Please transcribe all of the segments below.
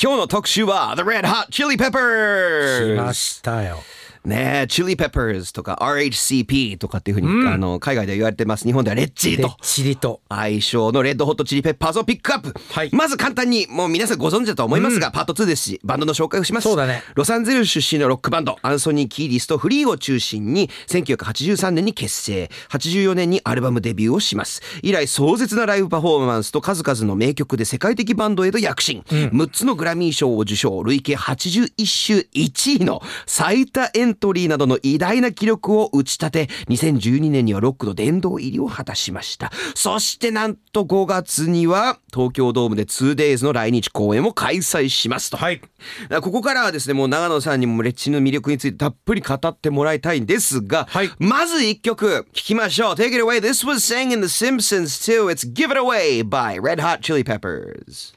今日の特集は The Red Hot Chili し Peppers ましたよ。ねえ、チリペッパーズとか RHCP とかっていうふうに、あの海外では言われてます。日本ではレッチリでと。チリと。相性のレッドホットチリペッパーズをピックアップ、はいまず簡単にもう皆さんご存知だと思いますが、パート2ですしバンドの紹介をしますそうだねロサンゼルス出身のロックバンドアンソニー・キーリスとフリーを中心に1983年に結成84年にアルバムデビューをします以来壮絶なライブパフォーマンスと数々の名曲で世界的バンドへと躍進、6つのグラミー賞を受賞累計81週1位の最多エントリーなどの偉大な記録を打ち立て2012年にはロックの殿堂入りを果たしましたそしてなんと5月には東京ドームで 2days の来日公演を開催しますとは い。だからここからはですねもう長野さんにもレッチリの魅力についてたっぷり語ってもらいたいんですが、はいまず1曲聴きましょう Take it away This was sang in The Simpsons too It's Give It Away by Red Hot Chili Peppers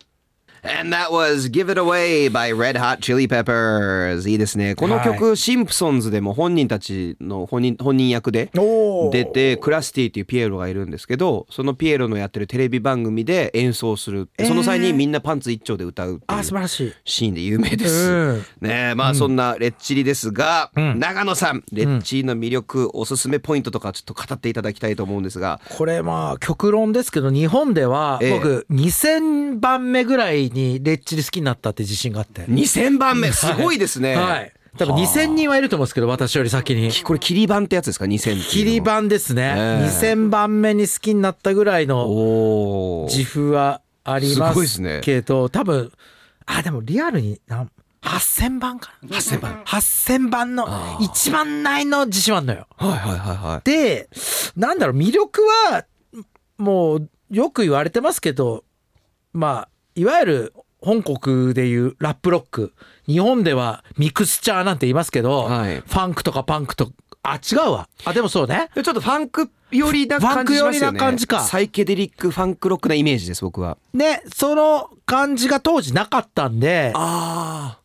And that was Give It Away by Red Hot Chili Peppers いいですねこの曲、シンプソンズでも本人たちの本人本人役でおー出てクラスティっていうピエロがいるんですけどそのピエロのやってるテレビ番組で演奏する、その際にみんなパンツ一丁で歌うっていうあ、素晴らしい。シーンで有名です。うんねえまあそんなレッチリですが、長野さんレッチリの魅力、おすすめポイントとかちょっと語っていただきたいと思うんですが、これまあ極論ですけど日本ではええ僕2000番目ぐらいにレッチリ好きになったって自信があって、 2000番目すごいですね。はい多分2000人はいると思うんですけど私より先にきこれ切り版ってやつですか2000って切いうりのは。版ですね、ええ2000番目に好きになったぐらいのおお。自負はありますごいですねすけど多分あでもリアルになん8000番かな8000番8000番の一番ないの自信はあんのよはいはいはいはでなんだろう魅力はもうよく言われてますけどまあいわゆる本国でいうラップロック日本ではミクスチャーなんて言いますけど、はいファンクとかパンクとあ違うわあでもそうねい。ちょっとファンクよりな感じしますよね。ファンク寄りな感じかサイケデリックファンクロックなイメージです僕は。ねその感じが当時なかったんでああ。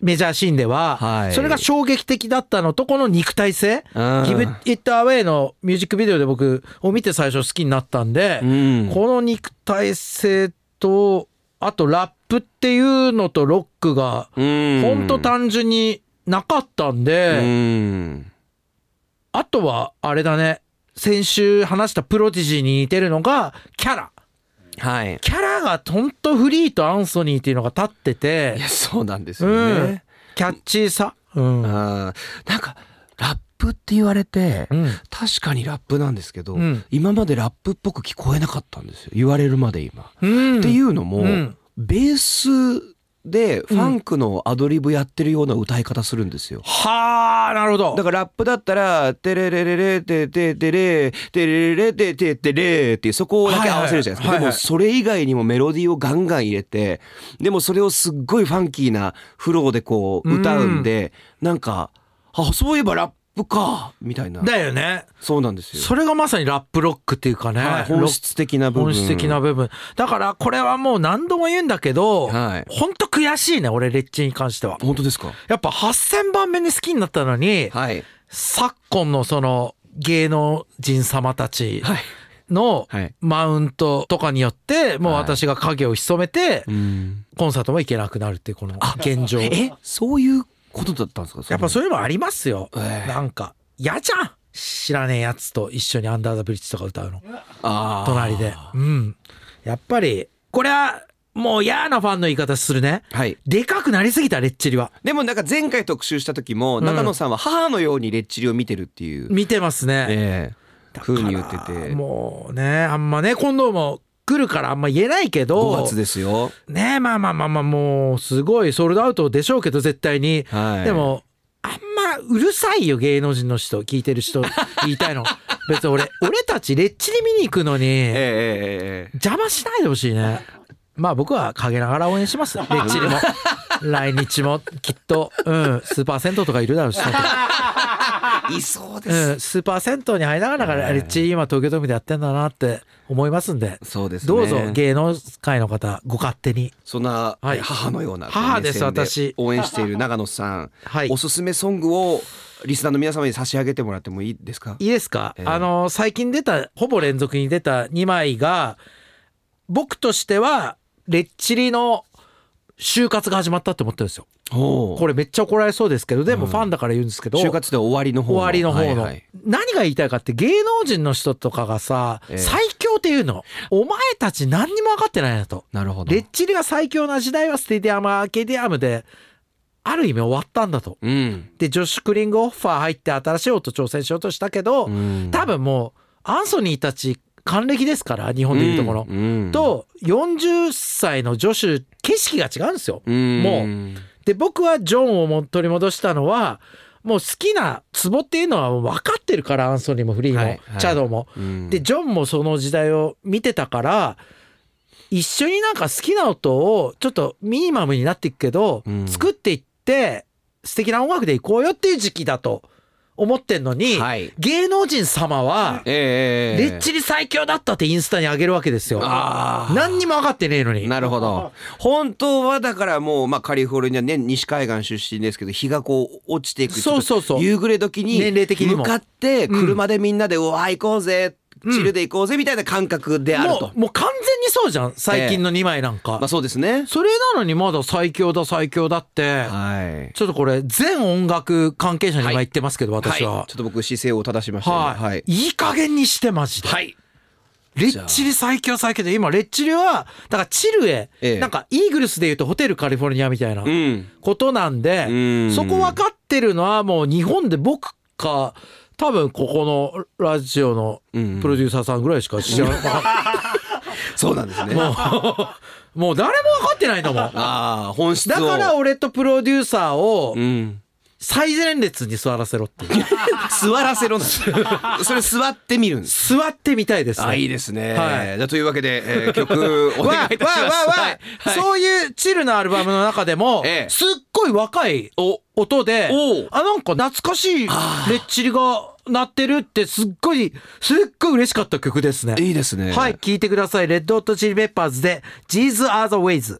メジャーシーンでは、はいそれが衝撃的だったのとこの肉体性「うん Give It Away」のミュージックビデオで僕を見て最初好きになったんで、うんこの肉体性とあとラップっていうのとロックがうん。ほんと単純になかったんうで、ん。あとはあれだね先週話したプロティジーに似てるのがキャラはい。キャラがほんとフリーとアンソニーっていうのが立ってていや、そうなんですようね。ん、キャッチーさ、うんあーなんかラップって言われて、うん確かにラップなんですけど、うん今までラップっぽく聞こえなかったんですよ言われるまで今。うんっていうのも、うんベースでファンクのアドリブやってるような歌い方するんですよ。はあなるほどだからラップだったら「テレレレレテテテレテレレレテテテレ」っていうそこだけ合わせるじゃないですか、はいはいはいはいでもそれ以外にもメロディーをガンガン入れてでもそれをすっごいファンキーなフローでこう歌うんで、なんかあそういえばラップかみたいなだよねそうなんですよ、それがまさにラップロックっていうかね、はい、本質的なロ部ッ分本質的な部分だからこれはもう何度も言うんだけど、はいほんと悔しいね俺レッチリに関しては本当ですかやっぱ8000番目に好きになったのに、はい昨今のその芸能人様たちはいのはいマウントとかによってもうはい私が影を潜めてうんコンサートも行けなくなるっていうこの現状えそういうことだったんですかやっぱそそういうのありますよ。ええなんか、嫌じゃん知らねえやつと一緒にアンダーザブリッジとか歌うの。のあー隣で。うん。やっぱり、これは、もう嫌なファンの言い方するね。はいでかくなりすぎた、レッチリは。でもなんか前回特集した時も中野さんは母のようにレッチリを見てるっていう、見てますね。ええ、ふうに言っててもうね、あんまね、今度も来るからあんま言えないけど。 5月ですよねまあまあまあまあ、もう、すごいソールドアウトでしょうけど、絶対に。はいでもあんまうるさいよ芸能人の人聞いてる人言いたい の別に俺俺たちレッチリ見に行くのええにええええ邪魔しないでほしいねまあ僕は陰ながら応援し ますレッチリも来日もきっと、うん、スーパー銭湯とかいるだ ろうし、いそうでうす、ん、スーパー銭湯に入りながらレッチリ今東京ドームでやってんだなって思いますんでそうですねどうぞ芸能界の方ご勝手にそんな、はい母のような母で目す線私応援している長野さん、はいおすすめソングをリスナーの皆様に差し上げてもらってもいいですかいいですか、ええあの最近出たほぼ連続に出た2枚が僕としてはレッチリの就活が始まったって思ってるんですよおこれめっちゃ怒られそうですけどでもファンだから言うんですけど、就活で終わりの方終わりの方の、はいはい何が言いたいかって芸能人の人とかがさ、ええ最強っていうのお前たち何にも分かってないなとなるほどレッチリが最強な時代はステディアムアーケディアムである意味終わったんだとうん、で女子クリングオファー入って新しい音挑戦しようとしたけど、うん多分もうアンソニーたち還暦ですから日本でいうところ、うんと40歳の女子景色が違うんですよ。うんもで僕はジョンをも取り戻したのはもう好きなツボっていうのはもう分かってるからアンソニーもフリーも、はいはいチャドも。うんでジョンもその時代を見てたから一緒になんか好きな音をちょっとミニマムになっていくけど、うん作っていって素敵な音楽でいこうよっていう時期だと思ってんのに、はい芸能人様はええ「ええレッチリ最強だった」ってインスタに上げるわけですよ。あー何にも上がってねえのに。なるほど。本当はだからもう、まあ、カリフォルニアね、西海岸出身ですけど、日がこう落ちていく。そうそうちょそうっと夕暮れ時に。年齢的にも向かって、うん車でみんなで、うわ、行こうぜ。チルで行こうぜみたいな感覚であるもとう。もう完全にそうじゃん最近の2枚なんか、まあ、そうですね。それなのにまだ最強だ最強だって、はい。ちょっとこれ全音楽関係者に今言ってますけど、私は、はいちょっと僕姿勢を正しましたね。はい、はいい。、い加減にしてマジで、はい。レッチリ最強最強で今レッチリはだからチルへ、ええなんかイーグルスでいうとホテルカリフォルニアみたいなうん。ことなんで、うんそこ分かってるのはもう日本で僕か多分ここのラジオのうんプロデューサーさんぐらいしか知 らない、そうなんですね。もう誰も分かってないと思うああ、本質を。だから、俺とプロデューサーをうん。最前列に座らせろっ ていう座らせろなんです。それ座ってみるんです。座ってみたいですねあ、いいですね。はいじゃあというわけで、えー曲おわ願いわいたします。わわそういうチルのアルバムの中でも、ええすっごい若い音でおうあなんか懐かしいレッチリが鳴ってるってすっごいすっごい嬉しかった曲ですねいいですね。はい聴いてくださいレッド・オット・チリ・ペッパーズで「These Are the Ways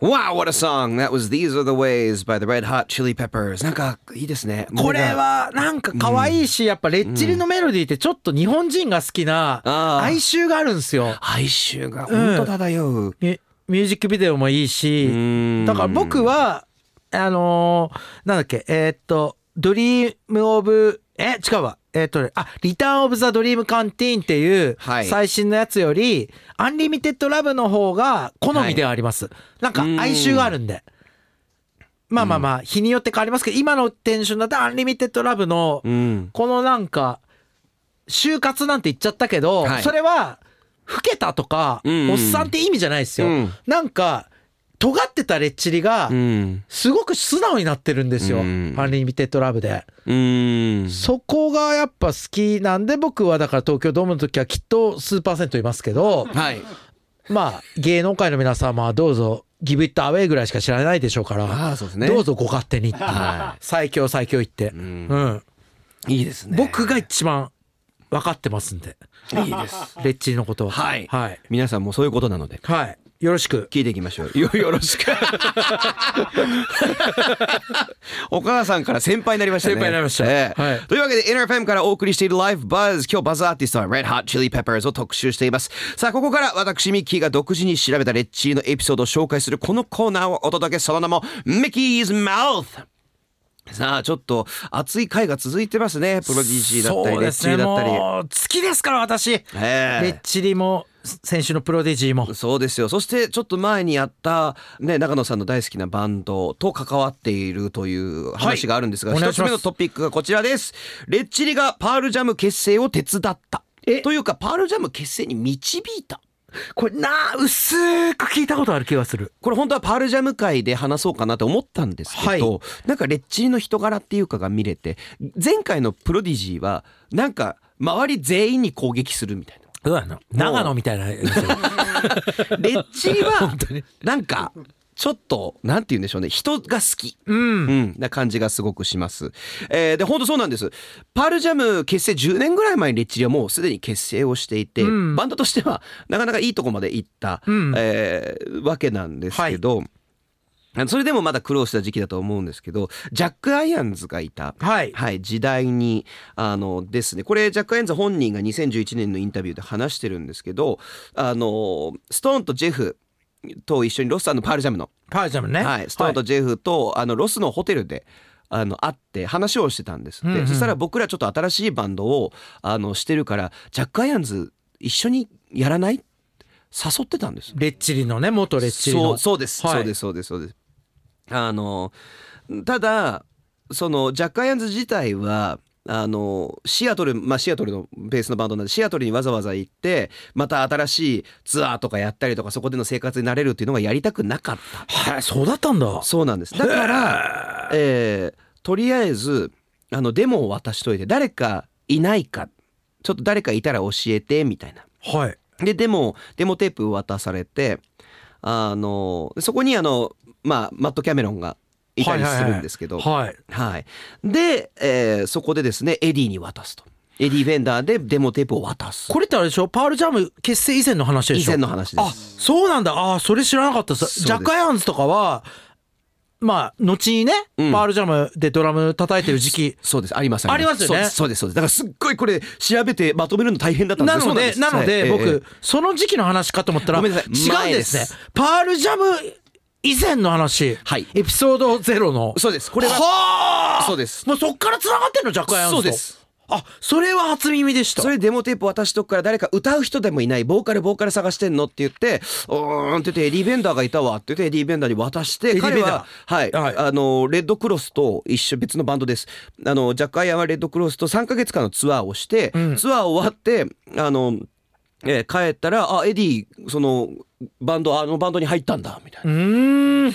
Wow, what a song! That was These Are the Ways by the Red Hot Chili Peppers. なんかいいですね。」これはなんか可愛いし、やっぱレッチリのメロディーってちょっと日本人が好きなあー哀愁があるんですよ哀愁が本当漂う。ミミュージックビデオもいいしーんだから僕はあのーなんだっけえーっと「ドリーム・オブ」え違うわえーっとねあ「リターン・オブ・ザ・ドリーム・カンティーン」っていうはい最新のやつより「アンリミテッド・ラブ」の方が好みではあります、なんかうーん哀愁があるんでまあまあまあ日によって変わりますけど今のテンションだと「アンリミテッド・ラブ」のうん。このなんか就活なんて言っちゃったけど、はいそれは老けたとか、うんうんおっさんって意味じゃないですよ、うんなんか尖ってたレッチリがうん。すごく素直になってるんですよ、うんアンリミテッドラブで、うん。そこがやっぱ好きなんで僕はだから東京ドームの時はきっと数パーセントいますけどはい。まあ芸能界の皆様はどうぞギブイットアウェイぐらいしか知らないでしょうからああ、そうですね。どう。ぞご勝手にっていうは最強最強言って、んうん、いいですね。僕が一番分かってますんでいいです。レッチリのことははい。はい、皆さんもそういうことなので。はい、よろしく聞いていきましょう。よ、よろしく。お母さんから先輩になりましたね。先輩になりましたええはいというわけで、NRFM からお送りしている Live Buzz。今日バズアーティストは Red Hot Chili Peppers を特集しています。さあ、ここから私、ミッキーが独自に調べたレッチリのエピソードを紹介するこのコーナーをお届け、その名も、ミッキーズ Mouth。さあ、ちょっと熱い回が続いてますね。プロディジーだったり、そレうでッすチねリだったり。もう好きですから私、えレッチリも先週のプロディジーもそうですよそしてちょっと前にやった、ね、長野さんの大好きなバンドと関わっているという話があるんですが、はいお願一いしつます目のトピックがこちらですレッチリがパールジャム結成を手伝ったえというかパールジャム結成に導いたこれなあ薄く聞いたことある気がするこれ本当はパールジャム界で話そうかなと思ったんですけど、はなんかレッチリの人柄っていうかが見れて前回のプロディジーはなんか周り全員に攻撃するみたいなうわな長野みたいなやつ レッチリは当になんかちょっとなんて言うんでしょうね人が好きうんうん、な感じがすごくします。えーで、本当そうなんです。パールジャム結成10年ぐらい前にレッチリはもうすでに結成をしていて、うんバンドとしてはなかなかいいとこまで行った、うんえーわけなんですけど、あのそれでもまだ苦労した時期だと思うんですけど、ジャック・アイアンズがいた、はいはい、時代にあのですねこれジャック・アイアンズ本人が2011年のインタビューで話してるんですけどあのストーンとジェフと一緒にロスのパールジャムの、パージャムね。はい、ストーンとジェフと、あのロスのホテルであの会って話をしてたんですって、うんうんそしたら僕らちょっと新しいバンドをあのしてるからジャック・アイアンズ一緒にやらない誘ってたんですレッチリのね、元レッチリその。うそうです、はいそうですそうですそうですあのただそのジャック・アイアンズ自体はあのシアトルまあシアトルのベースのバンドなんでシアトルにわざわざ行ってまた新しいツアーとかやったりとかそこでの生活になれるっていうのがやりたくなかったはい、そうだったんだ。そうなんですだから、えーとりあえずあのデモを渡しといて誰かいないかちょっと誰かいたら教えてみたいなはい。でデモデモテープを渡されてあのそこにあの、まあ、マット・キャメロンがいたりするんですけど、はいはい。で、えーそこでですねエディに渡すとエディ・フェンダーでデモテープを渡すこれってあれでしょパールジャム結成以前の話でしょ以前の話ですあ、そうなんだ。あー、それ知らなかったさ。そうですジャック・アイアンズとかは、まあ、後にね、うんパールジャムでドラム叩いてる時期。そうですありますありますよねそうですそうですそうですだからすっごいこれ調べてまとめるの大変だったんでなすので、そうなので、はいえええ僕、その時期の話かと思ったら、ご違うめんんなさい前でですすね。パールジャム以前の話。はいエピソードゼロのえ。そうですこれははあそうですもうそっから繋がってんのジャック・アイアンズとそうです。あ、それは初耳でした。それデモテープ渡しとくから誰か歌う人でもいないボーカルボーカル探してんのって言って「うーん」って言ってエディ・ベンダーがいたわって言ってエディ・ベンダーに渡しデてィ彼はベはンいダーはいあのレッドクロスと一緒別のバンドですあのジャック・アイアンはレッドクロスと3ヶ月間のツアーをして、ツアー終わってあの、えー帰ったら「あエディそのバンドあのバンドに入ったんだ」みたいうな、ーん。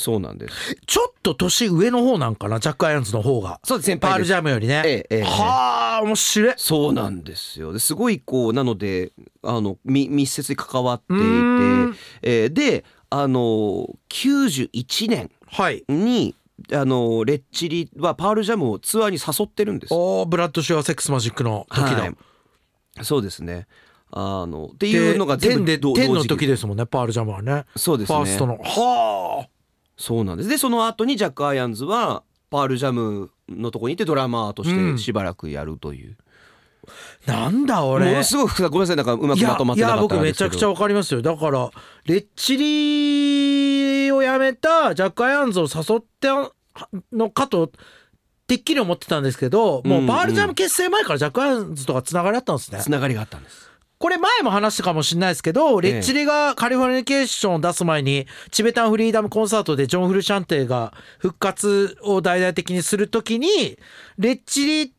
そうなんですちょっと年上の方なんかな、ジャック・アイアンズの方が。そうです先パー輩ルですジャムよりね。ええええはあ、面白い。そうなんですよですごいこうなのであのみ密接に関わっていてーん、えーであの91年はい。にあのレッチリはパールジャムをツアーに誘ってるんです。おーブラッド・シュアー・セックス・マジックの時だ。はいそうですねあのってでいうのが全部天で同天同の時期時ですもんね、パールジャムはね。そうですファねーストの。はあ。そうなんですでその後にジャック・アイアンズはパールジャムのとこにいてドラマーとしてしばらくやるという、なんだ俺。ものすごい複雑ごめんなさいなんかうまくまとまってなかったいやいや僕んめですちけゃどくちゃわかりますよだからレッチリをやめたジャック・アイアンズを誘ったのかとてっきり思ってたんですけどもううんパールジャム結成前からジャック・アイアンズとかつながりあったんですね、つながりがあったんですこれ前も話したかもしれないですけどレッチリがカリフォルニケーションを出す前にチベタンフリーダムコンサートでジョン・フルシャンテが復活を大々的にするときにレッチリ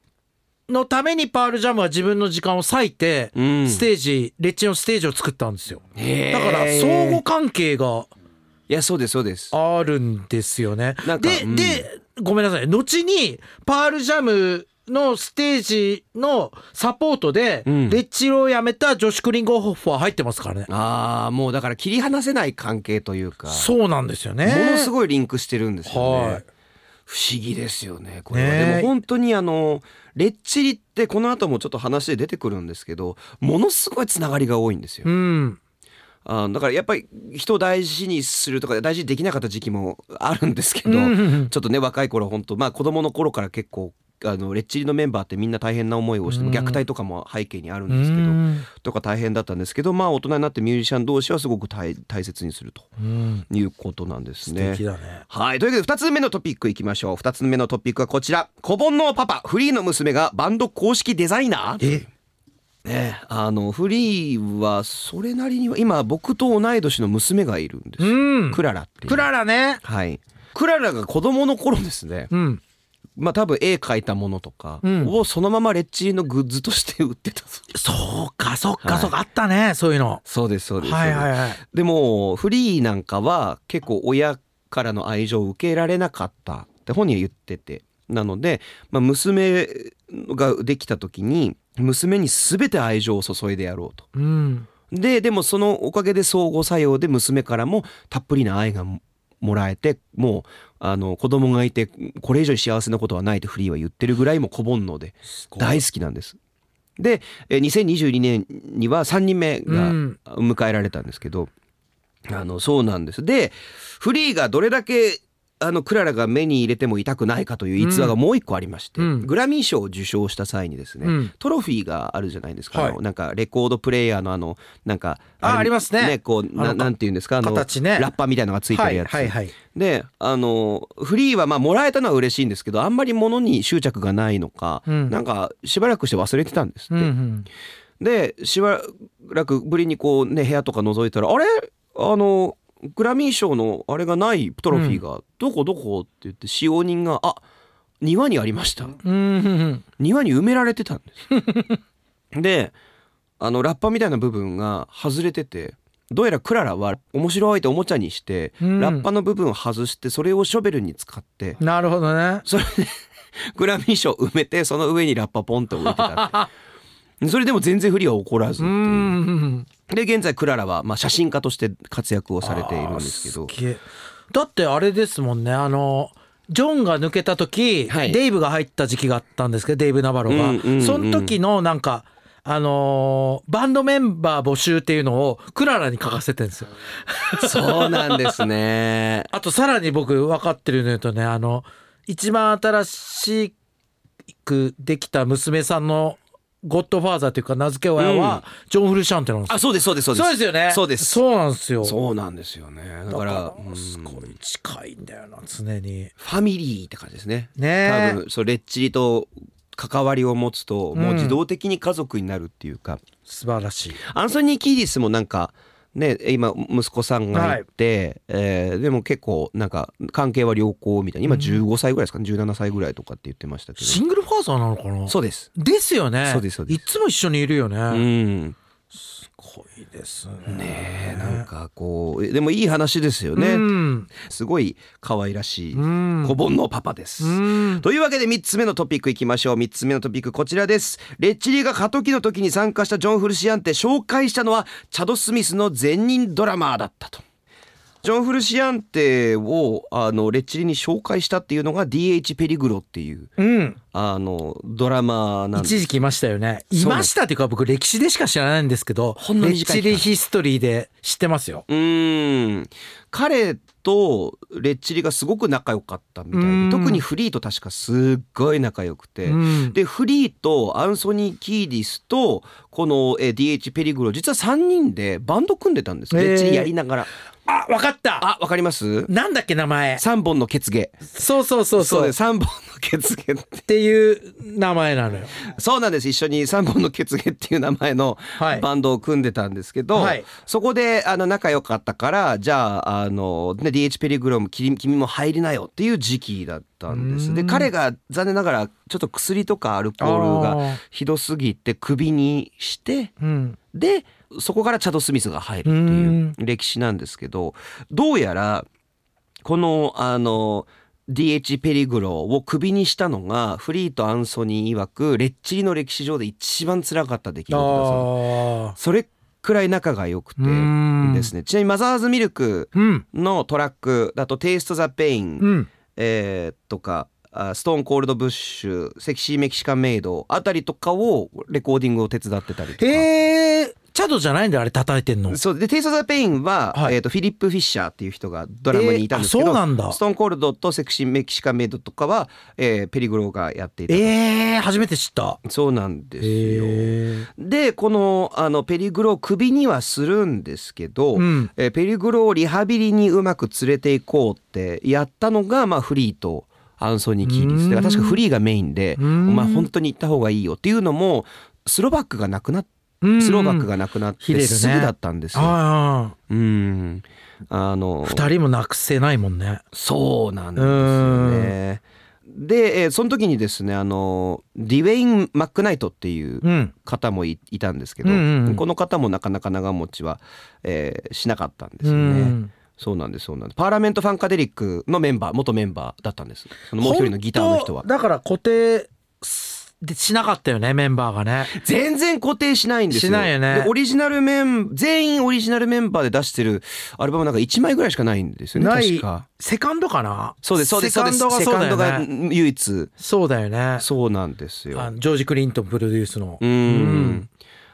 のためにパールジャムは自分の時間を割いて、うんステージレッチリのステージを作ったんですよへーだから相互関係がいやそうですそうですあるんですよねなんかで、うんでごめんなさい後にパールジャムのステージのサポートで、うんレッチリを辞めたジョシュ・クリンゴホッフは入ってますからねああもうだから切り離せない関係というかそうなんですよね。ものすごいリンクしてるんですよはいね。不思議ですよねこれは、ねえでも本当にあのレッチリってこの後もちょっと話で出てくるんですけどものすごいつながりが多いんですよ、うん。あーだからやっぱり人を大事にするとか大事にできなかった時期もあるんですけど、うんちょっとね若い頃本当まあ子供の頃から結構あのレッチリのメンバーってみんな大変な思いをしてうもん虐待とかも背景にあるんうですけど、んとか大変だったんですけどまあ大人になってミュージシャン同士はすごく大大切にするとうん。いうことなんです素ね敵。だね。はい。というわけで、2つ目のトピックいきましょう。2つ目のトピックはこちら。小煩悩パパ、フリーの娘がバンド公式デザイナーえ、ね、あの、フリーはそれなりには、今、僕と同い年の娘がいるんです。うん。クララっていう。クララね。はい。クララが子供の頃ですね。うん。まあ多分絵描いたものとかうんをそのままレッチリのグッズとして売ってたそうです。そうか、そっか、はいそっか、あったね、そういうの。そうです、そうです。はいはいはい。でもフリーなんかは結構親からの愛情を受けられなかったって本人は言っててなので、まあ、娘ができた時に娘に全て愛情を注いでやろうと。うん。ででもそのおかげで相互作用で娘からもたっぷりな愛がももらえてもうあの子供がいてこれ以上に幸せなことはないとフリーは言ってるぐらいもう小煩悩で大好きなんです。でえー2022年には3人目がうん迎えられたんですけど、あのそうなんですでフリーがどれだけあのクララが目に入れても痛くないかという逸話がもう一個ありまして、うんグラミー賞を受賞した際にですね、うんトロフィーがあるじゃないですか、はいあのなんかレコードプレイヤーのあのなんかあれありますねこうあなのなんていうんですかあの形ねラッパみたいのがついてるやつ、はいはいはいであのフリーはまあもらえたのは嬉しいんですけどあんまり物に執着がないのか、うんなんかしばらくして忘れてたんですって、うんうんでしばらくぶりにこうね部屋とか覗いたら「あれあのグラミー賞のあれがないトロフィーが、どこどこ?」って言って使用人が「あ庭にありましたうんうんうん庭に埋められてたんです」 であのラッパみたいな部分が外れててどうやらクララは面白いとおもちゃにして、うんラッパの部分を外してそれをショベルに使ってなるほどねそれで グラミー賞埋めてその上にラッパポンと置いてたってそれでも全然不利は怒らずっていううんうんうんで現在クララはまあ写真家として活躍をされているんですけあどーげえだってあれですもんねあのジョンが抜けた時、はいデイブが入った時期があったんですけどデイブ・ナバロが、うんうんうんその時のなんかあのーバンドメンバー募集っていうのをクララに書かせてるんですよ。そうなんですねあとさらに僕分かってるの言うとねあの一番新しくできた娘さんのゴッドファーザーというか名付け親は、ジョン・フルシャンテなんです よあそうですそうですそうですそうですよねそうですそうなんですよそうなんですよねだからうんすごい近いんだよな常にファミリーって感じですねねえ多分そうレッチリと関わりを持つともう自動的に家族になるっていうか、素晴らしいアンソニー・キーディスもなんかね今息子さんがいて、えーでも結構なんか関係は良好みたいな今15歳ぐらいですかね17歳ぐらいとかって言ってましたけどシングルファーザーなのかなそうですですよねそうですそうですいつも一緒にいるよね、うんすごいですねねえなんかこうえでもいい話ですよね、うんすごい可愛らしいん小盆のパパです、うんというわけで3つ目のトピックいきましょう3つ目のトピックこちらですレッチリが過渡期の時に参加したジョン・フルシアンテ紹介したのはチャド・スミスの前任ドラマーだったとジョン・フルシアンテをあのレッチリに紹介したっていうのが DH ペリグロっていううん、あのドラマーなんです一時期いましたよねういなんまでしたっていうか僕歴史でしか知らないんですけどほんの短い期間歴史でヒストリーで知ってますようーん彼とレッチリがすごく仲良かったみたいうんで特にフリーと確かすっごい仲良くて、うんでフリーとアンソニー・キーディスとこのえー DH ペリグロ実は3人でバンド組んでたんです、へーレッチリやりながらあわかったあわかりますなんだっけ名前3本のケツ毛そうそうそうそうそうです3本のケツ毛ってっていう名前なのよそうなんです一緒に3本のケツ毛っていう名前のはいバンドを組んでたんですけど、はいそこであの仲良かったからじゃああの、ね、DH ペリグロム君君も入りなよっていう時期だったんですで彼が残念ながらちょっと薬とかアルコールあがーひどすぎてクビにしてうんでそこからチャド・スミスが入るっていう歴史なんですけどどうやらこのあの DH ペリグロをクビにしたのがフリーとアンソニー曰くレッチリの歴史上で一番辛かった出来事だそうあそれくらい仲が良くてうーんですねちなみにマザーズミルクーうんのトラックだと「テイスト・ザ・ペイン」うんえーとかあストーンコールド・ブッシュセクシー・メキシカン・メイドあたりとかをレコーディングを手伝ってたりとか。へえチャドじゃないんだよあれ叩いてんのそうで「テイスト・ザ・ペインは」はいえーとフィリップ・フィッシャーっていう人がドラマにいたんですけえーど、あそうなんだストーンコールドとセクシー・メキシカン・メイドとかは、えーペリグローがやっていたえー、初めて知ったそうなんですよ。えでこのあのペリグロをクビにはするんですけど、うんえーペリグロをリハビリにうまく連れていこうってやったのが、まあ、フリーとアンソニー・キーディスだから確かフリーがメインで「おん前本当に行った方がいいよ」っていうのもスロバックがなくなっースロバックががなくなっヒレてルねすぐだったんですよ。あうんあのあ二人もなくせないもんねそうなんですよね。で、えーその時にですねあのディウェイン・マックナイトっていううん方もいいたんですけど、うんうんうんこの方もなかなか長持ちは、えーしなかったんですうよね。んそうなんですそうなんですパーラメント・ファンカデリックのメンバー元メンバーだったんですそのもう一人のギターの人は本当だから固定すでしなかったよねメンバーがね全然固定しないんですよしないよねでオリジナルメン全員オリジナルメンバーで出してるアルバムなんか1枚ぐらいしかないんですよねない確かセカンドかなそうですそうですセカンドがセそうカだンドがよね唯一そうだよねそうなんですよ。あのジョージ・クリントンプロデュースのうん。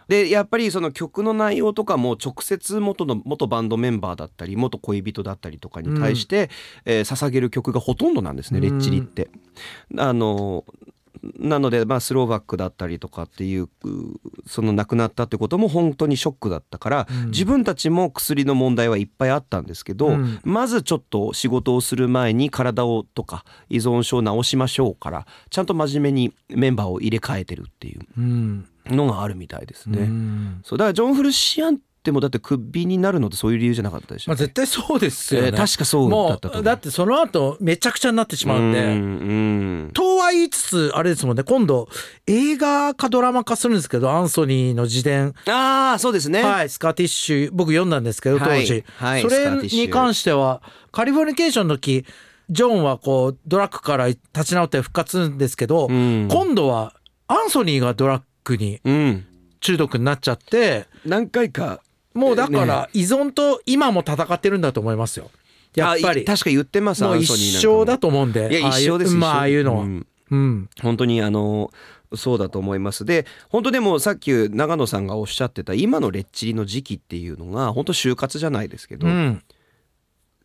でやっぱりその曲の内容とかも直接元の元バンドメンバーだったり元恋人だったりとかに対して、えー捧げる曲がほとんどなんですね、うんレッチリって。あのなので、まあ、スローバックだったりとかっていううその亡くなったってことも本当にショックだったから、うん自分たちも薬の問題はいっぱいあったんですけど、うんまずちょっと仕事をする前に体をとか依存症を治しましょうからちゃんと真面目にメンバーを入れ替えてるっていううんのがあるみたいですね。うんそうだからジョン・フルシアンってもうだってクビになるのってそういう理由じゃなかったでしょ、まあ絶対そうですよね、えー確かそうだもったと思ううだってその後めちゃくちゃになってしまうんで、うんうんとは言いつつあれですもんね今度映画かドラマ化するんですけどアンソニーの自伝ああそうですね、はい、スカーティッシュ僕読んだんですけど当はい時、はいそスカれーティッシュに関してはカリフォルニケーションの時ジョンはこうドラッグから立ち直って復活するんですけど、うん今度はアンソニーがドラッグにうん、中毒になっちゃって何回かもうだから依存と今も戦ってるんだと思いますよやっぱあいり確か言ってますもうアン一ソニーなんかも生だと思うんでいやああう一生ですまあああいうのは、ううんん本当にあのそうだと思いますで本当でもさっき長野さんがおっしゃってた今のレッチリの時期っていうのが本当就活じゃないですけど、うん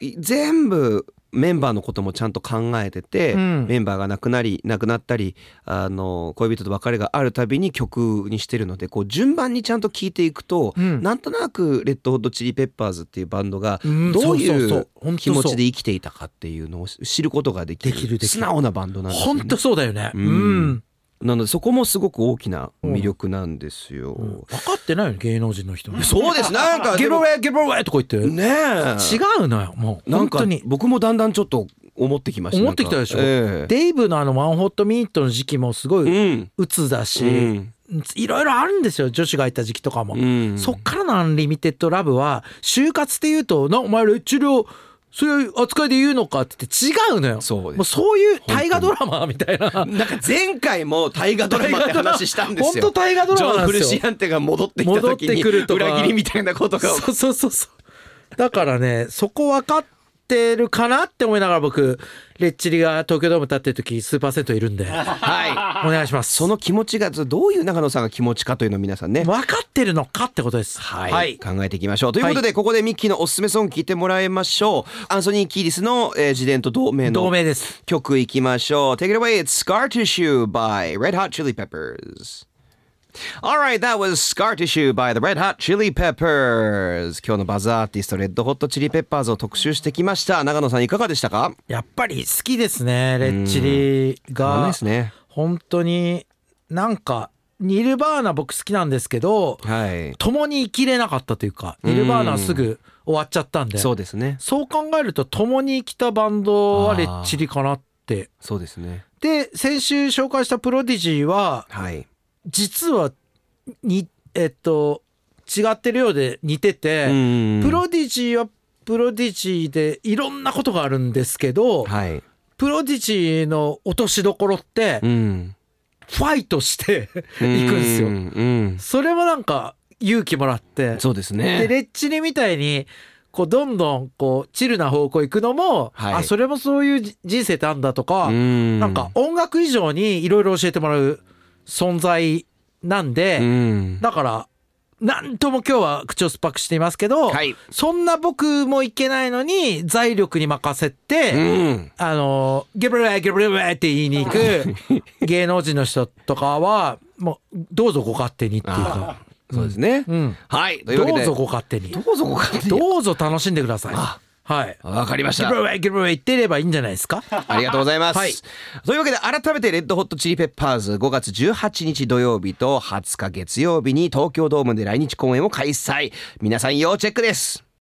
い全部メンバーのこともちゃんと考えてて、うんメンバーが亡くなり亡くなったりあの恋人と別れがあるたびに曲にしてるのでこう順番にちゃんと聴いていくと、うんなんとなくレッドホットチリペッパーズっていうバンドがうんどうそうそういそうう本当そう気持ちで生きていたかっていうのを知ることができるできるできる素直なバンドなんですよ本ね。当そうだよね、ううんんなのでそこもすごく大きな魅力なんですよ。分かってないよね芸能人の人 もそうですなんかゲでブもウェイゲブウェイとか言ってねえ違うのよもうな本んか当に僕もだんだんちょっと思ってきました思ってきたでしょなんかええデイブのあのワンホットミートの時期もすごいうん鬱だし、うんいろいろあるんですよ女子がいた時期とかも、うんそっからのアンリミテッドラブは就活っていうと「なお前ら治療そういう扱いで言うのか」って言って違うのよそうですもうそういう大河ドラマみたいななんか前回も大河ドラマって話したんですよ。本当大河ドラマジョなン・んフでルすよシアンテが戻ってきた時戻っにてくるとか裏切りみたいなことがそうそうそうそう。だからね、そこ分かってるかなって思いながら僕、レッチリが東京ドーム立ってる時、スーパーセントい るんで、はい。お願いします。その気持ちがどういう長野さんが気持ちかというのを皆さんね。分かってるのかってことです。はい、考えていきましょうということで、はここでミッキーのおすすめソング聞いてもらいましょうアンソニー・キーリスの、えー、自伝と同名同の盟です。曲いきましょう Take it away it's Scar Tissue by Red Hot Chili Peppers Alright, that was Scar Tissue by the Red Hot Chili Peppers 今日のバズアーティストレッドホットチリペッパーズを特集してきました長野さんいかがでしたかやっぱり好きですね、レッチリたまんないがです。ね本当になんか、ニルバーナ僕好きなんですけど、はい共に生きれなかったというか、ニルバーナはすぐ終わっちゃったんで、そうですねそう考えると共に生きたバンドはレッチリかなってそうですねで先週紹介したプロディジーははい実はにえっと違ってるようで似てて、ププロディジーはプロディジーでいろんなことがあるんですけど、はいプロディジーの落としどころってうんファイトして いくんですよう。んそれもなんか勇気もらって、そうですでねレッチリみたいにこうどんどんこうチルな方向行くのも、はいあそれもそういうじ人生ってあんだとか、ななんか音楽以上にいろいろ教えてもらう存在なんで、うんだから何とも今日は口を酸っぱくしていますけど、はいそんな僕もいけないのに財力に任せて、うんあのゲブレウェイゲブレウェイって言いに行 く芸能人の人とかはもうどうぞご勝手にっていうか、そうですねうん、はいというわけどうでぞご勝手にどうぞご勝手にどうぞ楽しんでください。はいわかりましゲブたレウェイゲブレウェイ言ってればいいんじゃないですかありがとうございます。はいというわけで改めてレッドホットチリペッパーズ5月18日土曜日と20日月曜日に東京ドームで来日公演を開催。皆さん要チェックです。